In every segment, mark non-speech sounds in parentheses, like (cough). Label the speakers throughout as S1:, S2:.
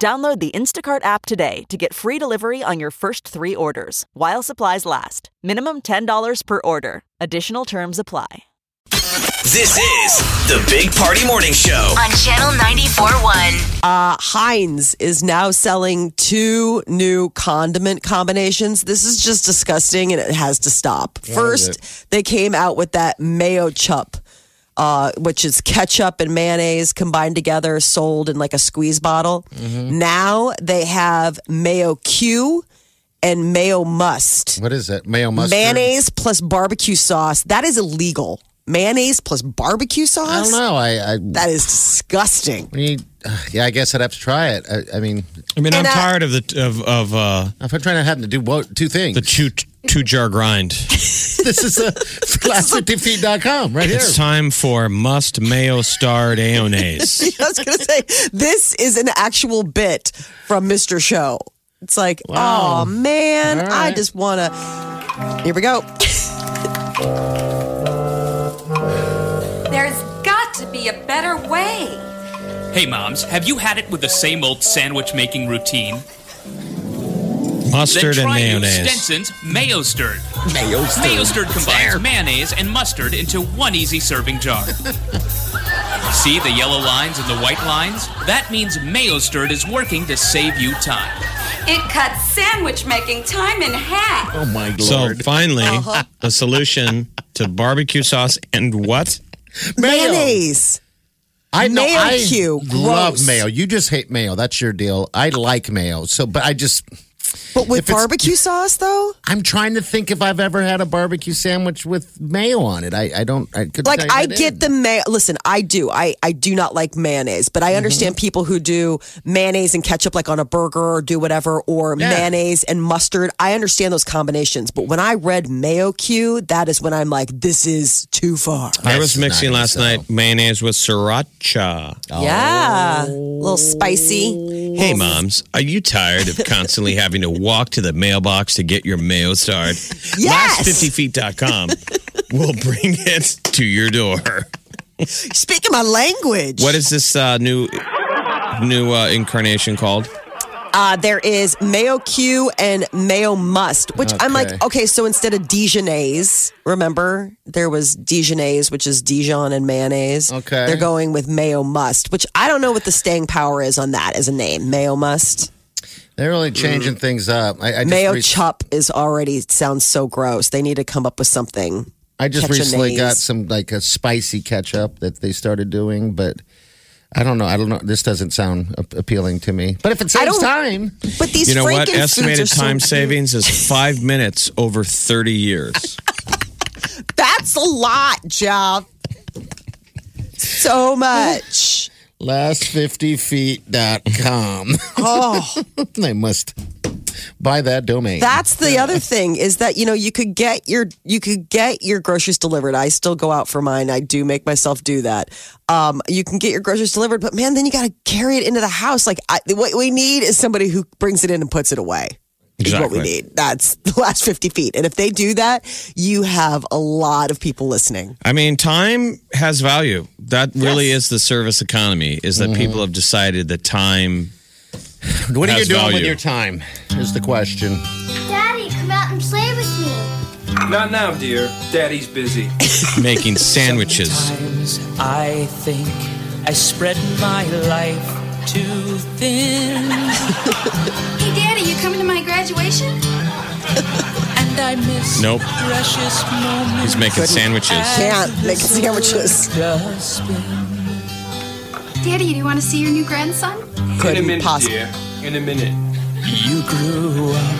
S1: Download the Instacart app today to get free delivery on your first three orders while supplies last. Minimum $10 per order. Additional terms apply.
S2: This is the Big Party Morning Show.
S3: on Channel 94.1.
S4: Uh, Heinz is now selling two new condiment combinations. This is just disgusting and it has to stop. First, they came out with that mayo chup, uh, which is ketchup and mayonnaise combined together, sold in like a squeeze bottle.
S5: Mm-hmm.
S4: Now they have mayo Q and mayo must.
S5: What is that? Mayo mustard.
S4: Mayonnaise plus barbecue sauce. That is illegal. Mayonnaise plus barbecue sauce?
S5: I don't know. I, I
S4: That is disgusting.
S5: we need. uh, Yeah, I guess I'd have to try it. I, I mean,
S6: I mean,
S4: And,
S6: I'm
S4: uh,
S6: tired of the of of uh,
S5: if I'm trying to have to do what, two things,
S6: the two two jar
S5: (laughs)
S6: grind.
S5: this is a classicdefeat.com right here.
S6: It's time for must mayo
S4: (laughs)
S6: starred aonaise.
S4: I was going to say, this is an actual bit from Mr. Show. It's like, oh man,
S5: All
S4: I
S5: right.
S4: just want to. Here we go.
S7: There's got to be a better way.
S8: Hey, moms, have you had it with the same old sandwich making routine?
S6: Mustard
S8: then
S6: and
S8: try new
S6: mayonnaise.
S8: Stenson's Mayo Stirred.
S5: Mayo
S8: Mayo Stirred combines mayonnaise and mustard into one easy serving jar. See the yellow lines and the white lines? That means Mayo Stirred is working to save you time.
S7: It cuts sandwich making time in half.
S5: Oh my
S6: So
S5: lord!
S6: finally,
S4: Uh-huh.
S6: a solution to barbecue sauce and what?
S4: Mayonnaise.
S5: I know.
S4: Mayo
S5: I
S4: cue,
S5: love
S4: gross.
S5: mayo. You just hate mayo. That's your deal. I like mayo. So, but I just
S4: But
S5: If
S4: with
S5: it's-
S4: barbecue sauce, though?
S5: I'm trying to think if I've ever had a barbecue sandwich with mayo on it. I, I don't. I couldn't
S4: Like
S5: tell you
S4: I
S5: that
S4: get
S5: in.
S4: the mayo. Listen, I do. I I do not like mayonnaise, but
S5: Mm-hmm.
S4: I understand people who do mayonnaise and ketchup, like on a burger or do whatever, or
S5: Yeah.
S4: mayonnaise and mustard. I understand those combinations, but when I read mayo Q, that is when I'm like, this is too far.
S6: I was
S5: That's
S6: mixing
S5: not
S6: last
S5: so.
S6: night mayonnaise with sriracha.
S5: Oh.
S4: Yeah, a little spicy.
S6: Hey, moms, are you tired of
S4: (laughs)
S6: constantly having to walk to the mailbox to get your mail starred?
S4: Yes.
S6: Last50feet.com will bring it to your door.
S4: Speaking my language.
S6: What is this uh, new new uh, incarnation called?
S4: Uh, there is Mayo Q and Mayo Must, which I'm like,
S5: Okay.
S4: okay, so instead of Dijonnaise, remember there was Dijonnaise, which is Dijon and mayonnaise.
S5: Okay.
S4: They're going with Mayo Must, which I don't know what the staying power is on that as a name. Mayo Must.
S5: They're really
S6: Mm.
S5: changing things up. I, I just
S4: Mayo
S5: re-
S4: Chup is already sounds so gross. They need to come up with something.
S5: I just
S4: Ketchup
S5: recently
S4: maze.
S5: got some like a spicy ketchup that they started doing, but I don't know. I don't know. This doesn't sound a- appealing to me. But if it
S4: I
S5: saves
S4: don't-
S5: time,
S4: But these
S6: You know what?
S4: Franken foods
S6: Estimated
S4: are so
S6: time
S4: weird.
S6: savings is five minutes over 30 years.
S4: That's a lot, Jeff. so much.
S5: last50feet.com.
S4: Oh.
S5: (laughs) they must buy that domain.
S4: That's the other thing is that you know you could get your you could get your groceries delivered. I still go out for mine. I do make myself do that. Um, you can get your groceries delivered, but man, then you got to carry it into the house. Like I, what we need is somebody who brings it in and puts it away. Is what we
S6: Exactly.
S4: need. That's (laughs) the last fifty feet. And if they do that, you have a lot of people listening.
S6: I mean, time has value. That really is the service economy, is that people have decided that time.
S5: what are you
S6: has
S5: doing with
S6: value.
S5: your time? Is the question.
S9: Daddy, come out and play with me.
S10: Not now, dear. Daddy's busy.
S6: Making sandwiches.
S11: I think I spread my life too thin,
S9: Hey, Daddy, you coming to my graduation?
S11: and I miss
S6: Nope.
S11: precious moments.
S6: He's making sandwiches.
S4: Can't make sandwiches.
S9: Daddy, do you want to see your new grandson?
S10: In a
S4: Couldn't
S10: minute,
S4: possibly.
S10: dear. In a minute.
S11: You grew up,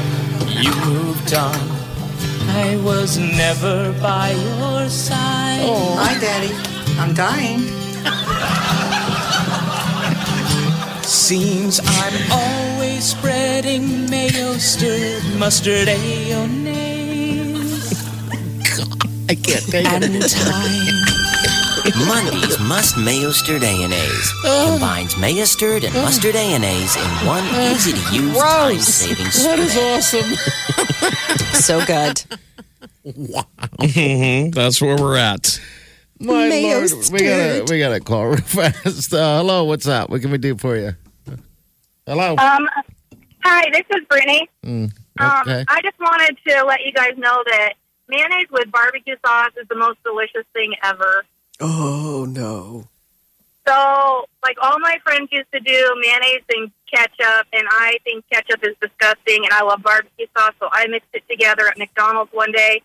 S11: you moved on. I was never by your side.
S12: Hi, Daddy. I'm dying.
S11: seems I'm always spreading mayo stirred mustard mayonnaise.
S5: I can't take
S11: And time.
S12: Monday's Must Mayo Stirred Mayonnaise combines mayo stirred and mustard mayonnaise in one easy to use time saving
S5: That is awesome.
S4: so good.
S5: Wow.
S6: Mm-hmm. That's where we're at.
S5: My
S4: Mayo
S5: lord, we gotta
S4: stirred.
S5: we gotta call real (laughs) fast. Uh, hello, what's up? What can we do for you? Hello.
S13: Um, hi, this is Brittany.
S5: Mm,
S13: Um,
S5: okay.
S13: I just wanted to let you guys know that mayonnaise with barbecue sauce is the most delicious thing ever.
S4: Oh no.
S13: So, like, all my friends used to do mayonnaise and ketchup, and I think ketchup is disgusting, and I love barbecue sauce, so I mixed it together at McDonald's one day,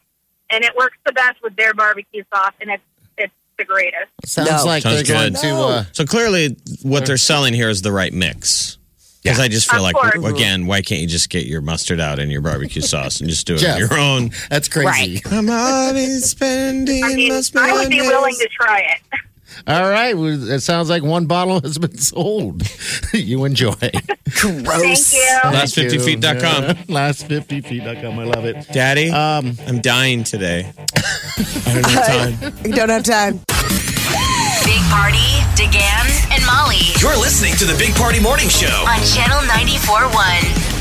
S13: and it works the best with their barbecue sauce, and it's, it's the greatest.
S5: Sounds like
S6: Sounds
S5: they're going
S6: good.
S5: to. Uh,
S6: So clearly, what they're selling here is the right mix. Because I just feel
S13: Of
S6: like,
S13: course.
S6: again, why can't you just get your mustard out and your barbecue sauce and just do it on
S5: Jeff,
S6: your own?
S5: That's crazy.
S6: I'm always spending
S13: I mean, I would be willing to try it.
S5: (laughs) All right. well, It sounds like one bottle has been sold. (laughs) you enjoy.
S13: Thank you.
S5: Thank you. (laughs)
S6: Last50feet.com.
S5: Yeah, Last50feet.com. I love it.
S6: Daddy,
S5: Um,
S6: I'm
S5: (laughs)
S6: dying today. I don't have time.
S4: You don't have time.
S3: Big Party, DeGan, and Molly
S2: You're listening to the Big Party Morning Show.
S3: on Channel 94.1.